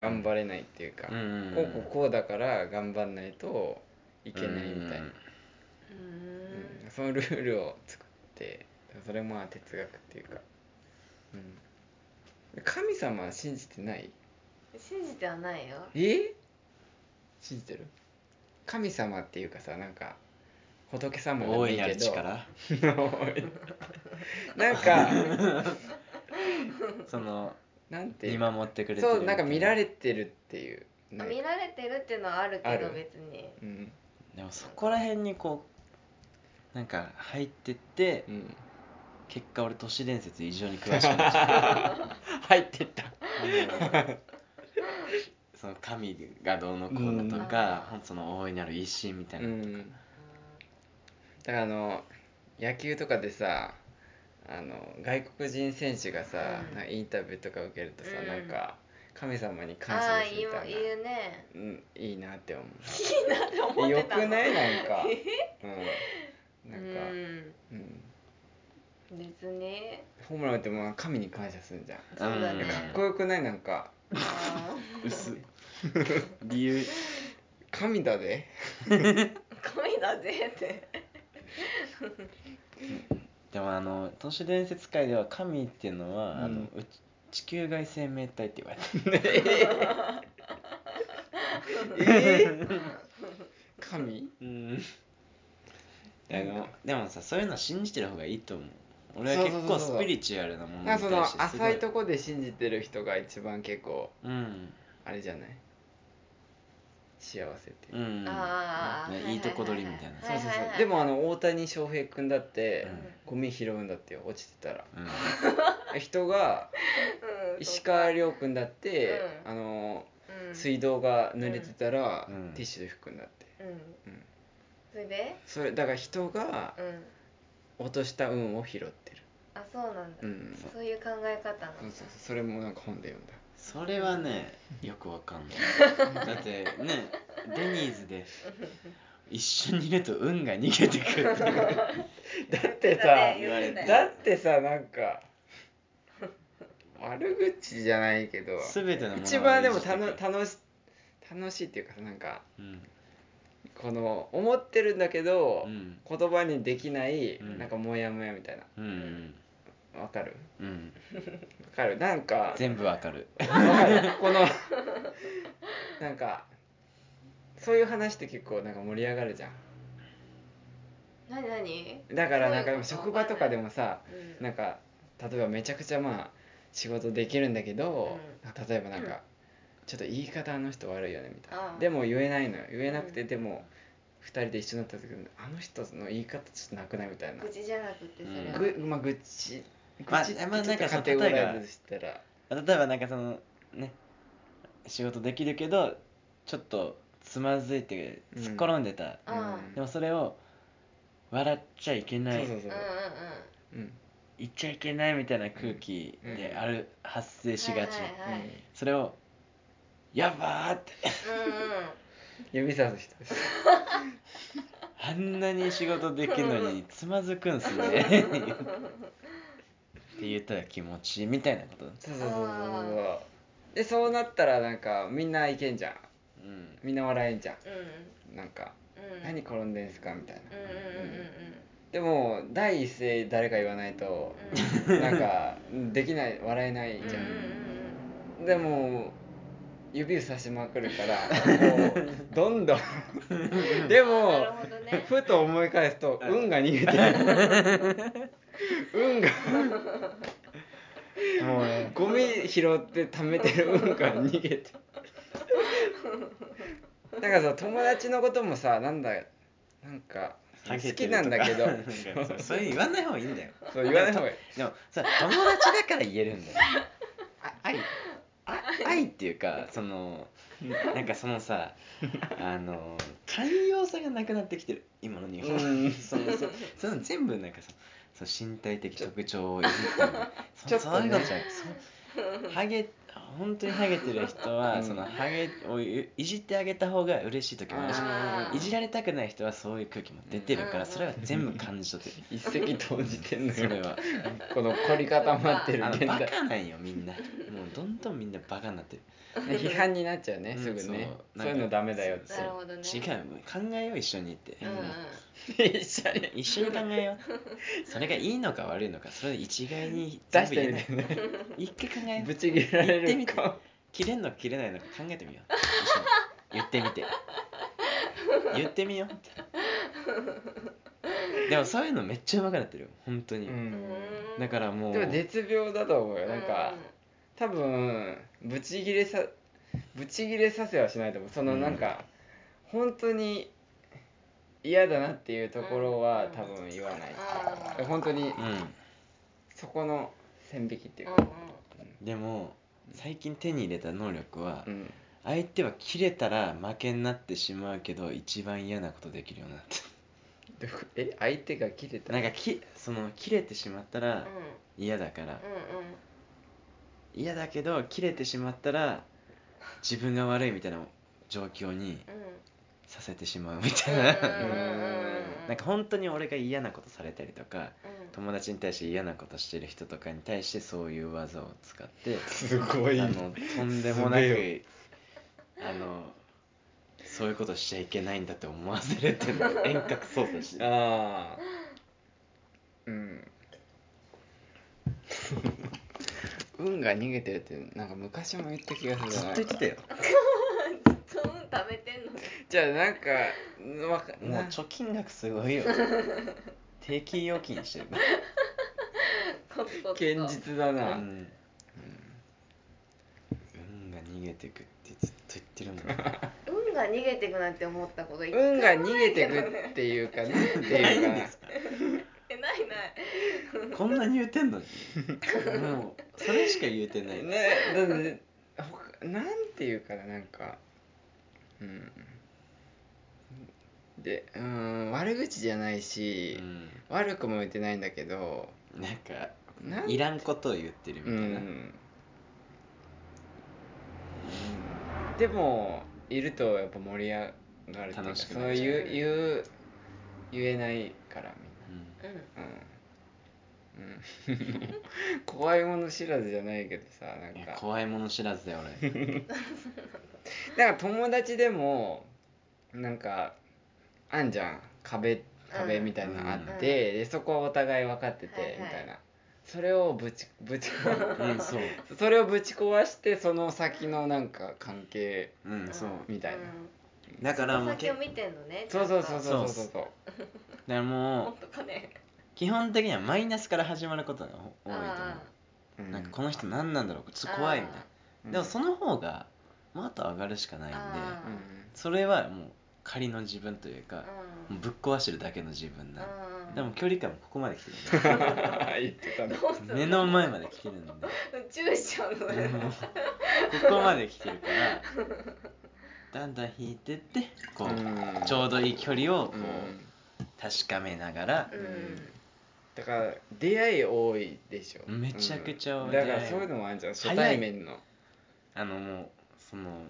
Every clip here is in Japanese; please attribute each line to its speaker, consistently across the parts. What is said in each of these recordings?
Speaker 1: 頑張れないっていうか、
Speaker 2: うんうんうん
Speaker 1: こうこうこうだから頑張んないといけないみたいな、
Speaker 3: う
Speaker 1: うん
Speaker 3: ん
Speaker 1: そのルールを作ってそれもまあ哲学っていうか、うん、神様は信じてない
Speaker 3: 信じてはないよ
Speaker 1: え信じてる神様っていうかさなんか仏様
Speaker 2: 大
Speaker 1: はい
Speaker 2: い
Speaker 1: い
Speaker 2: な
Speaker 1: け
Speaker 2: る
Speaker 1: ど
Speaker 2: 力
Speaker 1: なんか
Speaker 2: その
Speaker 1: なんてい
Speaker 2: 見
Speaker 1: うか
Speaker 2: 守ってくれてる
Speaker 1: そうなんか見られてるっていう
Speaker 3: あ
Speaker 1: なんか
Speaker 3: 見られてるっていうのはあるけ
Speaker 1: あ
Speaker 3: ど
Speaker 1: る
Speaker 3: 別に
Speaker 1: うん
Speaker 2: でもそこら辺にこうなんか入ってって、
Speaker 1: うん
Speaker 2: 結果俺都市伝説異常に詳しくなっちゃ
Speaker 1: 入ってった
Speaker 2: ったその神がどうのこうのとか、
Speaker 3: うん
Speaker 2: ほんとその大いなる一心みたいうな、
Speaker 1: んだからあの野球とかでさあの外国人選手がさ、
Speaker 3: うん
Speaker 1: なんかインタビューとか受けるとさ、
Speaker 3: うん
Speaker 1: なんか神様に感
Speaker 3: ああ
Speaker 1: 謝ですみ
Speaker 3: 言う
Speaker 1: たいな
Speaker 3: 言うね
Speaker 1: うん、いいなって思う
Speaker 3: いいなって思って
Speaker 1: よ
Speaker 3: た
Speaker 1: くないなん か、うん、
Speaker 3: う
Speaker 1: なんか、
Speaker 3: ん
Speaker 1: うん、
Speaker 3: 別に
Speaker 1: ホームラン打っても神に感謝するじゃんか
Speaker 3: そうだね
Speaker 1: っこよくないなんか
Speaker 3: あ
Speaker 2: 薄い理由
Speaker 1: 神だぜ
Speaker 3: ー 神だぜって
Speaker 2: でもあの都市伝説界では神っていうのは、
Speaker 1: うん
Speaker 2: あのうち地球外生命体って言われてる
Speaker 1: 神
Speaker 2: うんでもでもさそういうの信じてる方がいいと思う俺
Speaker 1: そ
Speaker 2: は
Speaker 1: うそうそ
Speaker 2: 結構
Speaker 1: うそう
Speaker 2: スピリチュアルなものに
Speaker 1: な
Speaker 2: 対
Speaker 1: ん
Speaker 2: し
Speaker 1: か
Speaker 2: て
Speaker 1: そ
Speaker 2: すご
Speaker 1: の
Speaker 2: い
Speaker 1: 浅いとこで信じてる人が一番結構
Speaker 2: うん
Speaker 1: あれじゃない幸せっていう
Speaker 2: う
Speaker 1: か、
Speaker 2: ん
Speaker 3: あー
Speaker 2: ね
Speaker 3: はいはいはいはい
Speaker 2: いいとこ取りみたいな
Speaker 3: は
Speaker 1: そう
Speaker 3: い
Speaker 1: そう
Speaker 3: はい
Speaker 1: そ
Speaker 3: は
Speaker 1: う
Speaker 3: い
Speaker 1: でもあの大谷翔平君だって、
Speaker 2: うん
Speaker 1: ゴミ拾うんだってよ落ちてた ら
Speaker 2: うん
Speaker 1: 人が
Speaker 3: うん
Speaker 1: 石川遼君だって、
Speaker 3: う
Speaker 1: あの
Speaker 3: うん
Speaker 1: 水道が濡れてたら、
Speaker 2: うん
Speaker 1: ティッシュで拭くんだって
Speaker 3: うん
Speaker 1: うん
Speaker 3: それで
Speaker 1: それだから人が
Speaker 3: うん
Speaker 1: 落とした運を拾ってる
Speaker 3: あそうなんだ
Speaker 1: うんそう
Speaker 3: そういう考え方な
Speaker 1: そうん
Speaker 3: だ
Speaker 1: そうそれもなんか本で読んだ
Speaker 2: それはねよくわかんないだってねデニーズで一緒にいると運が逃げてくる
Speaker 1: だってさ
Speaker 3: 言われたね
Speaker 1: だってさなん か悪口じゃないけど
Speaker 2: 全てのものを
Speaker 1: 一番でも
Speaker 2: 維持してく
Speaker 1: 楽
Speaker 2: る
Speaker 1: 楽し楽しいっていうかさなんか
Speaker 2: うん
Speaker 1: この思ってるんだけど、
Speaker 2: うん
Speaker 1: 言葉にできない、
Speaker 2: うん
Speaker 1: なんかモヤモヤみたい
Speaker 2: うんうん
Speaker 1: なわかる
Speaker 2: うん
Speaker 1: わかるなんか
Speaker 2: 全部わかる
Speaker 1: わか るこのなんかそういう話って結構なんか盛り上がるじゃん
Speaker 3: なになに
Speaker 1: だから
Speaker 3: どう
Speaker 1: な
Speaker 3: いうんこと
Speaker 1: かでも職場とかでもさ
Speaker 3: うん
Speaker 1: なんか例えばめちゃくちゃまあ仕事できるんだけど、
Speaker 3: うん
Speaker 1: なんか例えばなんか、ちょっと言い方あの人悪いよねみたい
Speaker 3: あ
Speaker 1: な
Speaker 3: あ
Speaker 1: でも言えないのよ言えなくて、
Speaker 3: うん
Speaker 1: でも2人で一緒になった時にあの人の言い方ちょっとなくないみたいな
Speaker 3: 愚痴じゃなくてそれは
Speaker 1: ぐ、まあ、愚痴愚
Speaker 2: まあ
Speaker 1: 痴って
Speaker 2: まあ
Speaker 1: ちょっ
Speaker 2: なん
Speaker 1: と
Speaker 2: かそ
Speaker 1: カ
Speaker 2: の
Speaker 1: テゴ
Speaker 2: 例え
Speaker 1: ラ
Speaker 2: ば
Speaker 1: イズしたら
Speaker 2: 例えばなんかそのね仕事できるけどちょっとつまずいて
Speaker 1: うん
Speaker 2: 突っ転んでた、
Speaker 3: あ
Speaker 2: でもそれを笑っちゃいけ
Speaker 1: うん
Speaker 2: ない
Speaker 1: そうそうそ
Speaker 3: うん
Speaker 1: う
Speaker 3: うん
Speaker 1: うん
Speaker 2: 言っちゃいけないみたいな空気である、発生しがち、
Speaker 3: はいはいはい
Speaker 2: それを「やばー!」って
Speaker 3: うんうんうん
Speaker 1: 指さす人です
Speaker 2: あんなに仕事できるの につまずくんすねって言ったら気持ちいいみたいなこと、
Speaker 1: そうそうそうそうそうでそうなったらなんかみんないけんじゃん
Speaker 2: うん、
Speaker 1: みんな笑えんじゃ
Speaker 3: うん
Speaker 1: んなんか
Speaker 3: うん
Speaker 1: 何転んでんすかみたいな
Speaker 3: うんうんうんうん
Speaker 1: でも第一声誰か言わないと
Speaker 3: うん
Speaker 1: なんかできない笑えないじゃ
Speaker 3: うんうん
Speaker 1: ん
Speaker 3: うん
Speaker 1: でも指をさしまくる からもうどんどんで
Speaker 3: うんな
Speaker 1: も
Speaker 3: るほどね
Speaker 1: ふと思い返すと
Speaker 2: うん
Speaker 1: 運が逃げてる運 が
Speaker 2: もうね
Speaker 1: ゴミ拾って貯めてる運が逃げてだからさ友達のこともさなんだなんか好
Speaker 2: ハゲて
Speaker 1: き
Speaker 2: る
Speaker 1: な
Speaker 2: とか
Speaker 1: んだけど
Speaker 2: なんか そういう言わない方がいいんだよ
Speaker 1: そう言わない方がいい
Speaker 2: でもさ友達だから言えるんだよあ愛あ愛っていうかそのなんかそのさあの寛容さがなくなってきてる今の日本、
Speaker 1: うん
Speaker 2: そのそその全部なんかさその身体的特徴をいじっ たり
Speaker 1: ちょ
Speaker 2: そ
Speaker 1: っとね
Speaker 2: そういうことじゃないそうハゲ本当にハゲてる人は、
Speaker 1: うん
Speaker 2: そのハゲをいいじってあげた方が嬉しい時もあるし
Speaker 3: あー
Speaker 2: いじられたくない人はそういう空気も出てるから、
Speaker 3: うん
Speaker 2: それは全部感じ取ってる
Speaker 1: 一石投じてんの
Speaker 2: それ
Speaker 1: よ
Speaker 2: は。
Speaker 1: この凝り固まってる
Speaker 2: あの
Speaker 1: 現
Speaker 2: バ
Speaker 1: 代
Speaker 2: カなんよみんなもううどんどんみんなバカになってる
Speaker 1: 批判になっちゃうね、
Speaker 2: うん
Speaker 1: すぐね
Speaker 2: そ
Speaker 1: そ
Speaker 2: う
Speaker 1: ういうのダメだよっ
Speaker 3: なるほどね
Speaker 2: 違う考えよう一緒にって、
Speaker 3: うんうん
Speaker 1: て 一緒に
Speaker 2: 一緒に考えようそれがいいのか悪いのかそれ一概に
Speaker 1: 出
Speaker 2: 全
Speaker 1: し
Speaker 2: 部
Speaker 1: て
Speaker 2: 言え
Speaker 1: み
Speaker 2: ない
Speaker 1: てね
Speaker 2: 一回考えよ
Speaker 1: ぶ
Speaker 2: う
Speaker 1: ち切られる
Speaker 2: 言っ
Speaker 1: か
Speaker 2: 切れんのか切れないのか考えてみよう一緒に言ってみて言ってみようってでもそういうのめっちゃうまくなってるよ本当
Speaker 1: う
Speaker 2: に、
Speaker 3: うんん
Speaker 2: だからもう
Speaker 1: でも絶病だと思うよなんか、
Speaker 3: うん
Speaker 1: 多分ブチギレさブチギレさせはしないと思うその
Speaker 2: うん
Speaker 1: なんか、本当に嫌だなっていうところは
Speaker 3: うん
Speaker 1: 多分言わない、
Speaker 3: うん
Speaker 1: 本当に
Speaker 2: う
Speaker 1: そこの線引きっていう
Speaker 3: うん
Speaker 1: か、
Speaker 2: んでも最近手に入れた能力は、
Speaker 1: うん
Speaker 2: 相手は切れたら負けになってしまうけど一番嫌なことできるようになって
Speaker 1: どういうことえ相手が切れた
Speaker 2: なんかきその切れてしまったら嫌だか ら
Speaker 3: うんうんうん
Speaker 2: 嫌だけど切れてしまったら自分が悪いみたいな状況にさせてしまうみたいな なんか本当に俺が嫌なことされたりとか友達に対して嫌なことしてる人とかに対してそういう技を使って
Speaker 1: すご
Speaker 2: あ
Speaker 1: い
Speaker 2: のとんでもな
Speaker 1: すげ
Speaker 2: くあのそういうことしちゃいけないんだって思わせるって いうのを遠隔操作して
Speaker 1: ああ うん運が逃げてるってなんか昔も言った気がするじ
Speaker 2: ず
Speaker 1: ゃな
Speaker 2: っと
Speaker 1: い
Speaker 2: 言ってたよ
Speaker 3: その貯めてんの
Speaker 1: じゃあなんかわか
Speaker 2: もう
Speaker 1: な
Speaker 2: 貯金額すごい よ定期預金してる
Speaker 3: コツコツ
Speaker 1: 堅
Speaker 3: と
Speaker 1: 実だな、
Speaker 2: うん運が逃げてくってずっと言ってるんだよ
Speaker 3: 運が逃げてくなんて思ったこと一回も
Speaker 1: 運が逃げてくっていうかなんていうか
Speaker 2: ないん
Speaker 1: な
Speaker 2: ですか
Speaker 3: えないない
Speaker 2: こんなに言うて んのにもうそれしか言うてない
Speaker 1: ねだってほかなんていうかななんかうんでうん悪口じゃないうし、
Speaker 2: ん
Speaker 1: 悪くも言ってないんだけど
Speaker 2: なんか
Speaker 1: なん
Speaker 2: いらんことを言ってるみ
Speaker 1: う
Speaker 2: たいな、
Speaker 1: んでもいるとやっぱ盛り上がるっていうか
Speaker 2: 楽しく
Speaker 1: そ
Speaker 2: な
Speaker 1: う
Speaker 2: っちゃう
Speaker 1: いう言う言えないからみんな
Speaker 3: う
Speaker 1: う
Speaker 3: ん
Speaker 1: んうん 怖いもの知らずじゃないけどさな
Speaker 2: うんい
Speaker 1: ん
Speaker 2: や
Speaker 1: か
Speaker 2: 怖いもの知らずだよ俺
Speaker 1: なんか友達でもなんかあんじゃん壁壁みたいなのあって、
Speaker 3: うん
Speaker 1: でそこはお互い分かってて、
Speaker 3: はいはい
Speaker 1: みたいなそれをぶちぶち 壊
Speaker 2: うんそう
Speaker 1: それをぶち壊してその先のなんか関係
Speaker 2: うんそう
Speaker 1: みたいな、
Speaker 2: だから
Speaker 3: うん
Speaker 2: もう
Speaker 3: 先
Speaker 2: け
Speaker 3: を
Speaker 2: だか
Speaker 3: 見てんのね
Speaker 1: そうそうそう
Speaker 3: う
Speaker 1: そうそうそう
Speaker 2: ら
Speaker 3: 本
Speaker 2: もう
Speaker 3: 当かね
Speaker 2: 基本的にはマイナスから始まることが多いと思
Speaker 3: あ
Speaker 1: う
Speaker 2: うんなんかこの人何なんだろうちょっと怖いみたいな
Speaker 1: うん
Speaker 2: でもその方がもっと上がるしかないんで
Speaker 3: あ
Speaker 1: うん
Speaker 2: それはもう仮の自分というか
Speaker 3: あう
Speaker 2: も
Speaker 3: ん
Speaker 2: うぶっ壊してるだけの自分なんで
Speaker 3: うん
Speaker 2: でも距離感もここまで来てる ん
Speaker 1: 言ってたね
Speaker 3: どうすん
Speaker 2: で目の前まで来てるんでも
Speaker 3: 宇宙しちゃうのね
Speaker 2: うここまで来てるからだんだん引いてってこう
Speaker 1: うん
Speaker 2: ちょうどいい距離をこ
Speaker 1: うん
Speaker 2: う確かめながら
Speaker 3: うん
Speaker 1: だから出会い多いでしょ
Speaker 2: めちゃくちゃ多い
Speaker 1: うんだからそういうのもあるじゃん初対面の
Speaker 2: あのもうその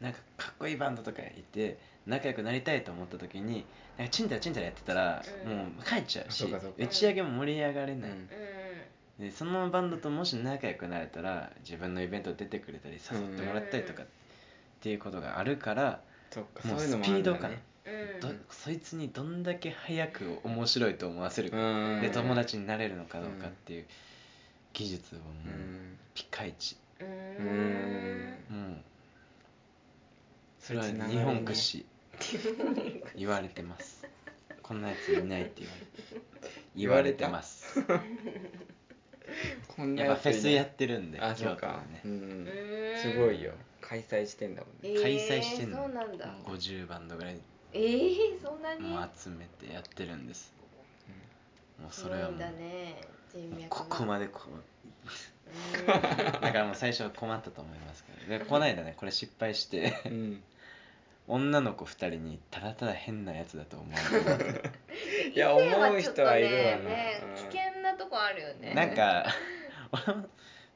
Speaker 2: なんかかっこいいバンドとかいて仲良くなりたいと思った時になんかチンタラチンタラやってたら
Speaker 3: うん
Speaker 2: もう帰っちゃうし
Speaker 1: そうかそうか
Speaker 2: 打ち上げも盛り上がれない、
Speaker 1: うん
Speaker 3: う
Speaker 2: でそのバンドともし仲良くなれたら自分のイベント出てくれたり誘ってもらったりとか、
Speaker 3: うん
Speaker 2: っていうことがあるから
Speaker 1: そっか
Speaker 2: もう
Speaker 1: そういうの
Speaker 2: ス
Speaker 1: もあるん
Speaker 2: ピー
Speaker 1: だ
Speaker 2: ド感、
Speaker 1: ね
Speaker 3: んうん
Speaker 2: どそいつにどんだけ早く面白いと思わせるか、
Speaker 1: うん
Speaker 2: で友達になれるのかどうかっていう技術はも
Speaker 1: う
Speaker 2: うんピカイチ、
Speaker 3: う
Speaker 1: う
Speaker 3: ーん
Speaker 1: ん
Speaker 2: もうそれは日本屈指言われてますこんなやついないって言われて言われてます
Speaker 1: こんな
Speaker 2: やっぱフェスや
Speaker 1: っ
Speaker 2: ってるんで
Speaker 1: あそう
Speaker 2: 京都
Speaker 1: か
Speaker 2: はね
Speaker 1: うん
Speaker 3: うーん
Speaker 1: すごいよ開催してんだもんね
Speaker 3: えー
Speaker 2: 開催してんの
Speaker 3: そうなんだ
Speaker 2: 50バンドぐらい
Speaker 3: えー、そんなに
Speaker 2: もう集めてやってるんですもうそれは
Speaker 3: す
Speaker 2: も
Speaker 3: ごい
Speaker 2: う
Speaker 3: んだね人脈が
Speaker 2: ここまでこ
Speaker 3: うん
Speaker 2: うだからもう最初は困ったと思いますけどでこないだねこれ失敗して
Speaker 1: うん
Speaker 2: 女の子2人にただただ変なやつだと思われて
Speaker 1: いや
Speaker 3: 以前
Speaker 1: 思う人はいるわな
Speaker 3: ちょっとねね
Speaker 1: うん
Speaker 3: 危険なとこあるよね
Speaker 2: なんか 俺も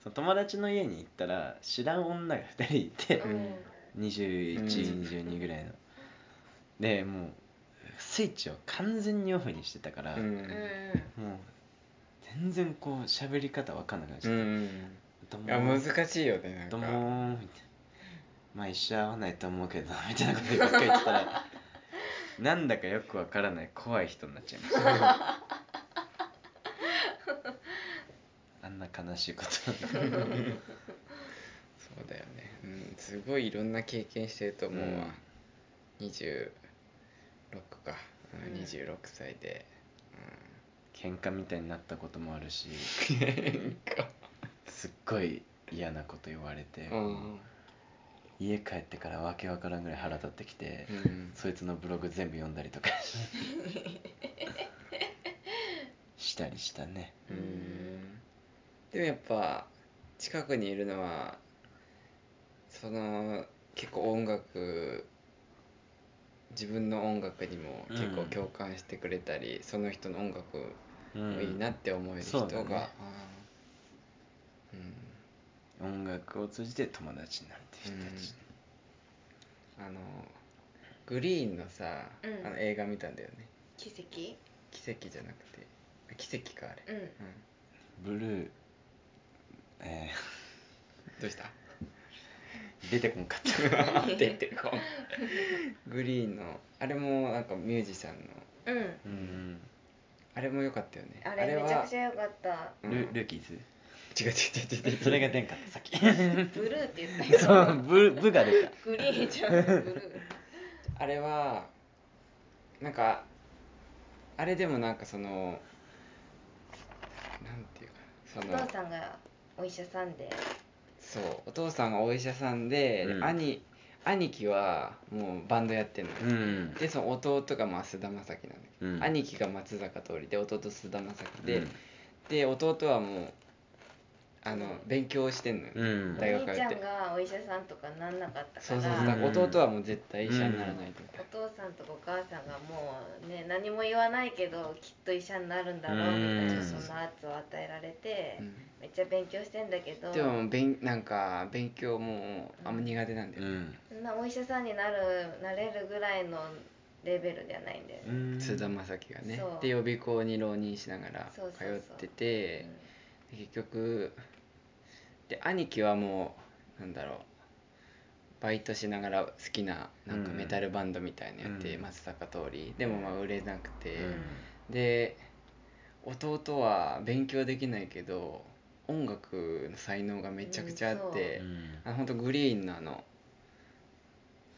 Speaker 2: その友達の家に行ったら知らん女が2人いて
Speaker 3: うんうん
Speaker 2: 2122ぐらいのでもうスイッチを完全にオフにしてたから、
Speaker 1: う
Speaker 2: もうん全然こう喋り方わかんなくなっち
Speaker 1: う
Speaker 2: ゃった、
Speaker 1: んい
Speaker 2: ど
Speaker 1: や
Speaker 2: もー
Speaker 1: 難しいよねなんか
Speaker 2: どもーみたいなまあ一生会わないと思うけどみたいなことばっかり言ってた らなんだかよくわからない怖い人になっちゃいました あんな悲しいことなんだ
Speaker 1: そうだよね、うん、すごいいろんな経験してると思うわ、26か、うん
Speaker 3: うん
Speaker 1: 26歳で、
Speaker 2: 喧嘩みたいになったこともあるしすっごい嫌なこと言われて、
Speaker 1: うんうん
Speaker 2: 家帰ってからわけわからんぐらい腹立ってきて、
Speaker 1: うん
Speaker 2: そいつのブログ全部読んだり とかしたりしたね
Speaker 1: うんでもやっぱ近くにいるのはその結構音楽自分の音楽にも結構
Speaker 2: うん
Speaker 1: 共感してくれたり、その人の音楽
Speaker 2: うん
Speaker 1: もいいなって思える人が、
Speaker 2: そうだね
Speaker 1: うん
Speaker 2: 音楽を通じて友達になるっていう人たち、
Speaker 1: あのグリーンのさ、
Speaker 3: うん
Speaker 1: あの映画見たんだよね
Speaker 3: 奇跡
Speaker 1: 奇跡じゃなくてあ奇跡かあれ、
Speaker 3: うん
Speaker 1: うん
Speaker 2: ブルーえ
Speaker 1: どうした
Speaker 2: ー、出てこんかった
Speaker 1: 出てこん グリーンのあれもなんかミュージシャンの
Speaker 3: うん
Speaker 2: うん
Speaker 1: あれも良かったよね
Speaker 3: あれめちゃ
Speaker 1: は
Speaker 3: くちゃ良かった
Speaker 1: う
Speaker 2: ル
Speaker 1: ん
Speaker 2: ルーキ ーズ
Speaker 1: 違う違う違う違う違う
Speaker 2: それが出んかったさ っき
Speaker 3: ブルーって言ったけど
Speaker 2: そうブブが出た
Speaker 3: グリーンじゃんブル
Speaker 1: あれはなんかあれでもなんかそのなんていうかそ
Speaker 3: ーお
Speaker 1: の
Speaker 3: 父さんがお医者さんで
Speaker 1: そうお父さんがお医者さんで、
Speaker 2: うん
Speaker 1: 兄兄貴はもうバンドやってんのよ、
Speaker 2: うん
Speaker 1: でその弟がまあ菅田将暉なんだけど、
Speaker 2: うん
Speaker 1: 兄貴が松坂桃李で弟菅田将暉で、
Speaker 2: うん
Speaker 1: で弟はもうあの勉強してんのよ、
Speaker 2: うん
Speaker 3: お
Speaker 1: 大学
Speaker 3: 兄
Speaker 1: 入って
Speaker 3: ちゃんがお医者さんとかなんなかったか
Speaker 1: そう
Speaker 3: ら
Speaker 1: そうそうだから弟はもう絶対医者にならないと、
Speaker 3: お父さんとかお母さんがもうね何も言わないけどきっと医者になるんだろうみたいな
Speaker 2: うん
Speaker 3: そんな圧を与えられて、
Speaker 1: うん
Speaker 3: めっちゃ勉強してんだけど
Speaker 1: でも勉なんか勉強もうあんま苦手なんだ
Speaker 2: う
Speaker 1: よ、
Speaker 2: ん
Speaker 3: そんなお医者さんになるなれるぐらいのレベルではないんだよね、
Speaker 2: うん
Speaker 1: 津田将暉がね
Speaker 3: そう
Speaker 1: で予備校に浪人しながら
Speaker 3: そうそう
Speaker 1: 通
Speaker 3: そう
Speaker 1: っててで結局で兄貴はもうなんだろうバイトしながら好きななんかメタルバンドみたいなやって、
Speaker 2: うん
Speaker 1: 松坂桃李でもまあ売れなくて、
Speaker 2: うん
Speaker 1: で弟は勉強できないけど音楽の才能がめちゃくちゃあって、
Speaker 2: うん
Speaker 1: あの本当グリーンのあの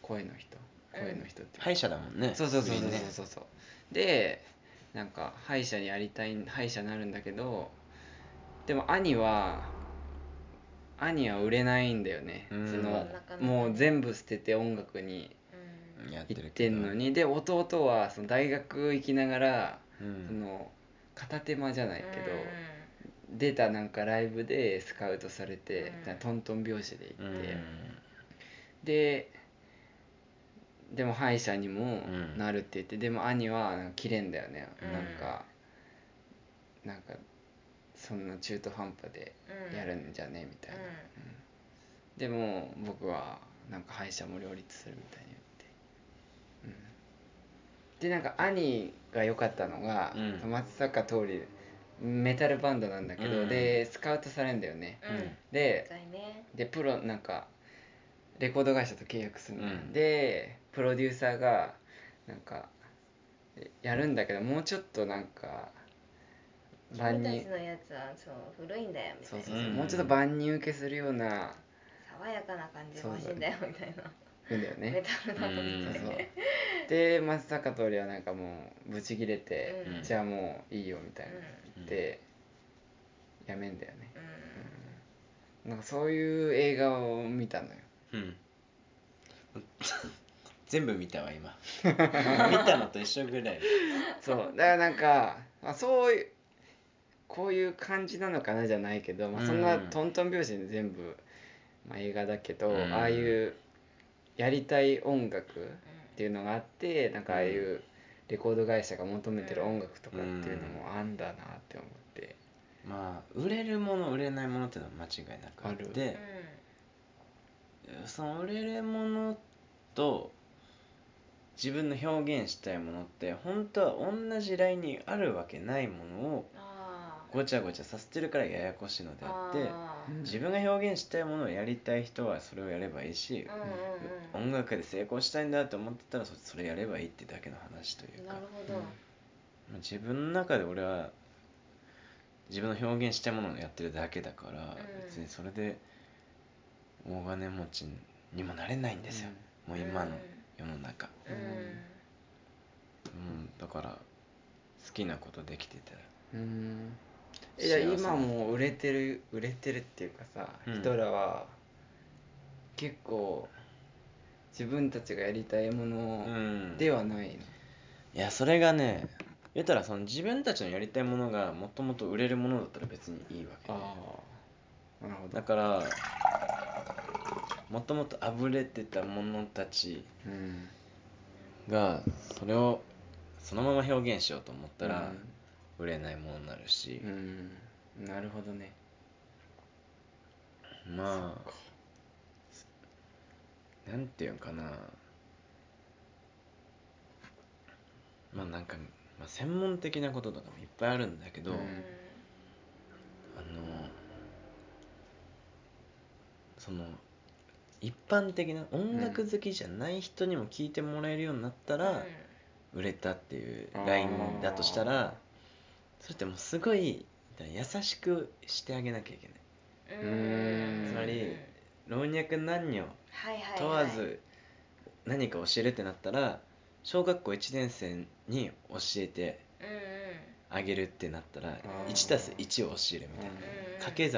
Speaker 1: 声の人声の人っていうか、
Speaker 2: 歯医者だもんね
Speaker 1: そうそうそうそう
Speaker 2: グリーンね
Speaker 1: そうそう、でなんか歯医者にやりたい歯医者になるんだけどでも兄は兄は売れないんだよね、
Speaker 2: うん
Speaker 1: その
Speaker 2: な
Speaker 3: かなか
Speaker 1: もう全部捨てて音楽に
Speaker 3: うん
Speaker 2: やって
Speaker 1: 行っ
Speaker 2: る
Speaker 1: て
Speaker 2: けど
Speaker 1: んのにで弟はその大学行きながら、
Speaker 2: うん
Speaker 1: その片手間じゃないけど、出たなんかライブでスカウトされて、
Speaker 3: うん
Speaker 1: なんかトントン拍子で行
Speaker 2: う
Speaker 1: って、
Speaker 2: ん
Speaker 1: ででも歯医者にも
Speaker 2: うん
Speaker 1: なるって言って、でも兄はなんか綺麗んだよね、
Speaker 3: うん
Speaker 1: なんかなんかそんな中途半端で
Speaker 3: うんうん
Speaker 1: やるんじゃねみたいな、
Speaker 3: うん
Speaker 1: でも僕はなんか歯医者も両立するみたいに言って、うん、でなんか兄が良かったのが、
Speaker 2: うん
Speaker 1: 松坂桃李メタルバンドなんだけど、
Speaker 2: うん
Speaker 1: でスカウトされるんだよね、
Speaker 3: うん
Speaker 2: うん
Speaker 1: で
Speaker 3: 一回ね
Speaker 1: でプロなんかレコード会社と契約するのよ、
Speaker 2: うん
Speaker 1: でプロデューサーがなんかえやるんだけどもうちょっとなんか
Speaker 3: 君
Speaker 1: 万
Speaker 3: た
Speaker 1: 人
Speaker 3: ちのやつはそう古いんだよみた
Speaker 1: そ
Speaker 3: いうな
Speaker 1: そうそう、
Speaker 2: うん
Speaker 1: もうちょっと万人受けするような
Speaker 3: 爽やかな感じが欲しいんだよみたいな、
Speaker 1: んだよ
Speaker 3: メ
Speaker 1: ね
Speaker 3: タル
Speaker 2: う
Speaker 3: なの
Speaker 1: そ
Speaker 3: に
Speaker 1: う
Speaker 2: ーん
Speaker 1: そうで松坂桃李はなんかもうブチギレて、
Speaker 2: うん
Speaker 1: じゃあもういいよみたいな
Speaker 3: う
Speaker 1: 言って、やめんだよね
Speaker 3: うん
Speaker 1: なんかそういう映画を見たのよ
Speaker 2: うん、 全部見たわ 今見たのと一緒ぐらい
Speaker 1: そうだからなんか、まあ、そういうこういう感じなのかなじゃないけど、まあ、そんな
Speaker 2: うん
Speaker 1: トントン拍子で全部、まあ、映画だけど、
Speaker 2: うん
Speaker 1: ああいうやりたい音楽っていうのがあってなんかああいうレコード会社が求めてる音楽とかっていうのもあんだなって思って、
Speaker 2: まあ売れるもの売れないものっていうのは間違いなくあっ
Speaker 3: うん
Speaker 2: てその売れるものと自分の表現したいものって本当は同じラインにあるわけないものを
Speaker 3: ああ
Speaker 2: こごちゃごちゃさせてるからややこしいのであって
Speaker 3: あー
Speaker 1: うん
Speaker 2: 自分が表現したいものをやりたい人はそれをやればいいし、
Speaker 3: うんうんうん
Speaker 2: 音楽で成功したいんだと思ってたらそそれやればいいってだけの話という
Speaker 3: な
Speaker 2: か
Speaker 3: るほど、
Speaker 2: まあ自分の中で俺は自分の表現したいものをやってるだけだから、
Speaker 3: うん
Speaker 2: 別にそれで大金持ちにもなれないんですよ、
Speaker 3: ん
Speaker 2: もう今の世の中、
Speaker 3: うん
Speaker 1: うん
Speaker 2: うん、だから好きなことできてたら
Speaker 1: うんえじゃあ
Speaker 2: 幸せな
Speaker 1: 今もう売れてる売れてるっていうかさ、
Speaker 2: うん
Speaker 1: 人らは結構自分たちがやりたいもの
Speaker 2: うん
Speaker 1: ではないの、
Speaker 2: いやそれがね言ったらその自分たちのやりたいものがもともと売れるものだったら別にいいわけで
Speaker 1: あなるほど
Speaker 2: だからもともとあぶれてたものたち
Speaker 1: うん
Speaker 2: がそれをそのまま表現しようと思ったら
Speaker 1: うん
Speaker 2: 売れないものになるし、
Speaker 1: うんなるほどね
Speaker 2: まあなんていうんかなまあなんか、まあ、専門的なこととかもいっぱいあるんだけど、
Speaker 1: うん
Speaker 3: うん
Speaker 2: あのその一般的な音楽好きじゃない人にも聞いてもらえるようになったら売れたっていうラインだとしたらそれってもうすごい優しくしてあげなきゃいけない
Speaker 3: うん
Speaker 1: うん
Speaker 2: つまり
Speaker 3: うん
Speaker 2: 老若男女
Speaker 3: はいはいはい
Speaker 2: 問わず何か教えるってなったら小学校1年生に教えて
Speaker 3: うんうん
Speaker 2: あげるってなったら
Speaker 1: ー
Speaker 2: 1+1 を教えるみたいな
Speaker 3: うんうん
Speaker 2: 掛け算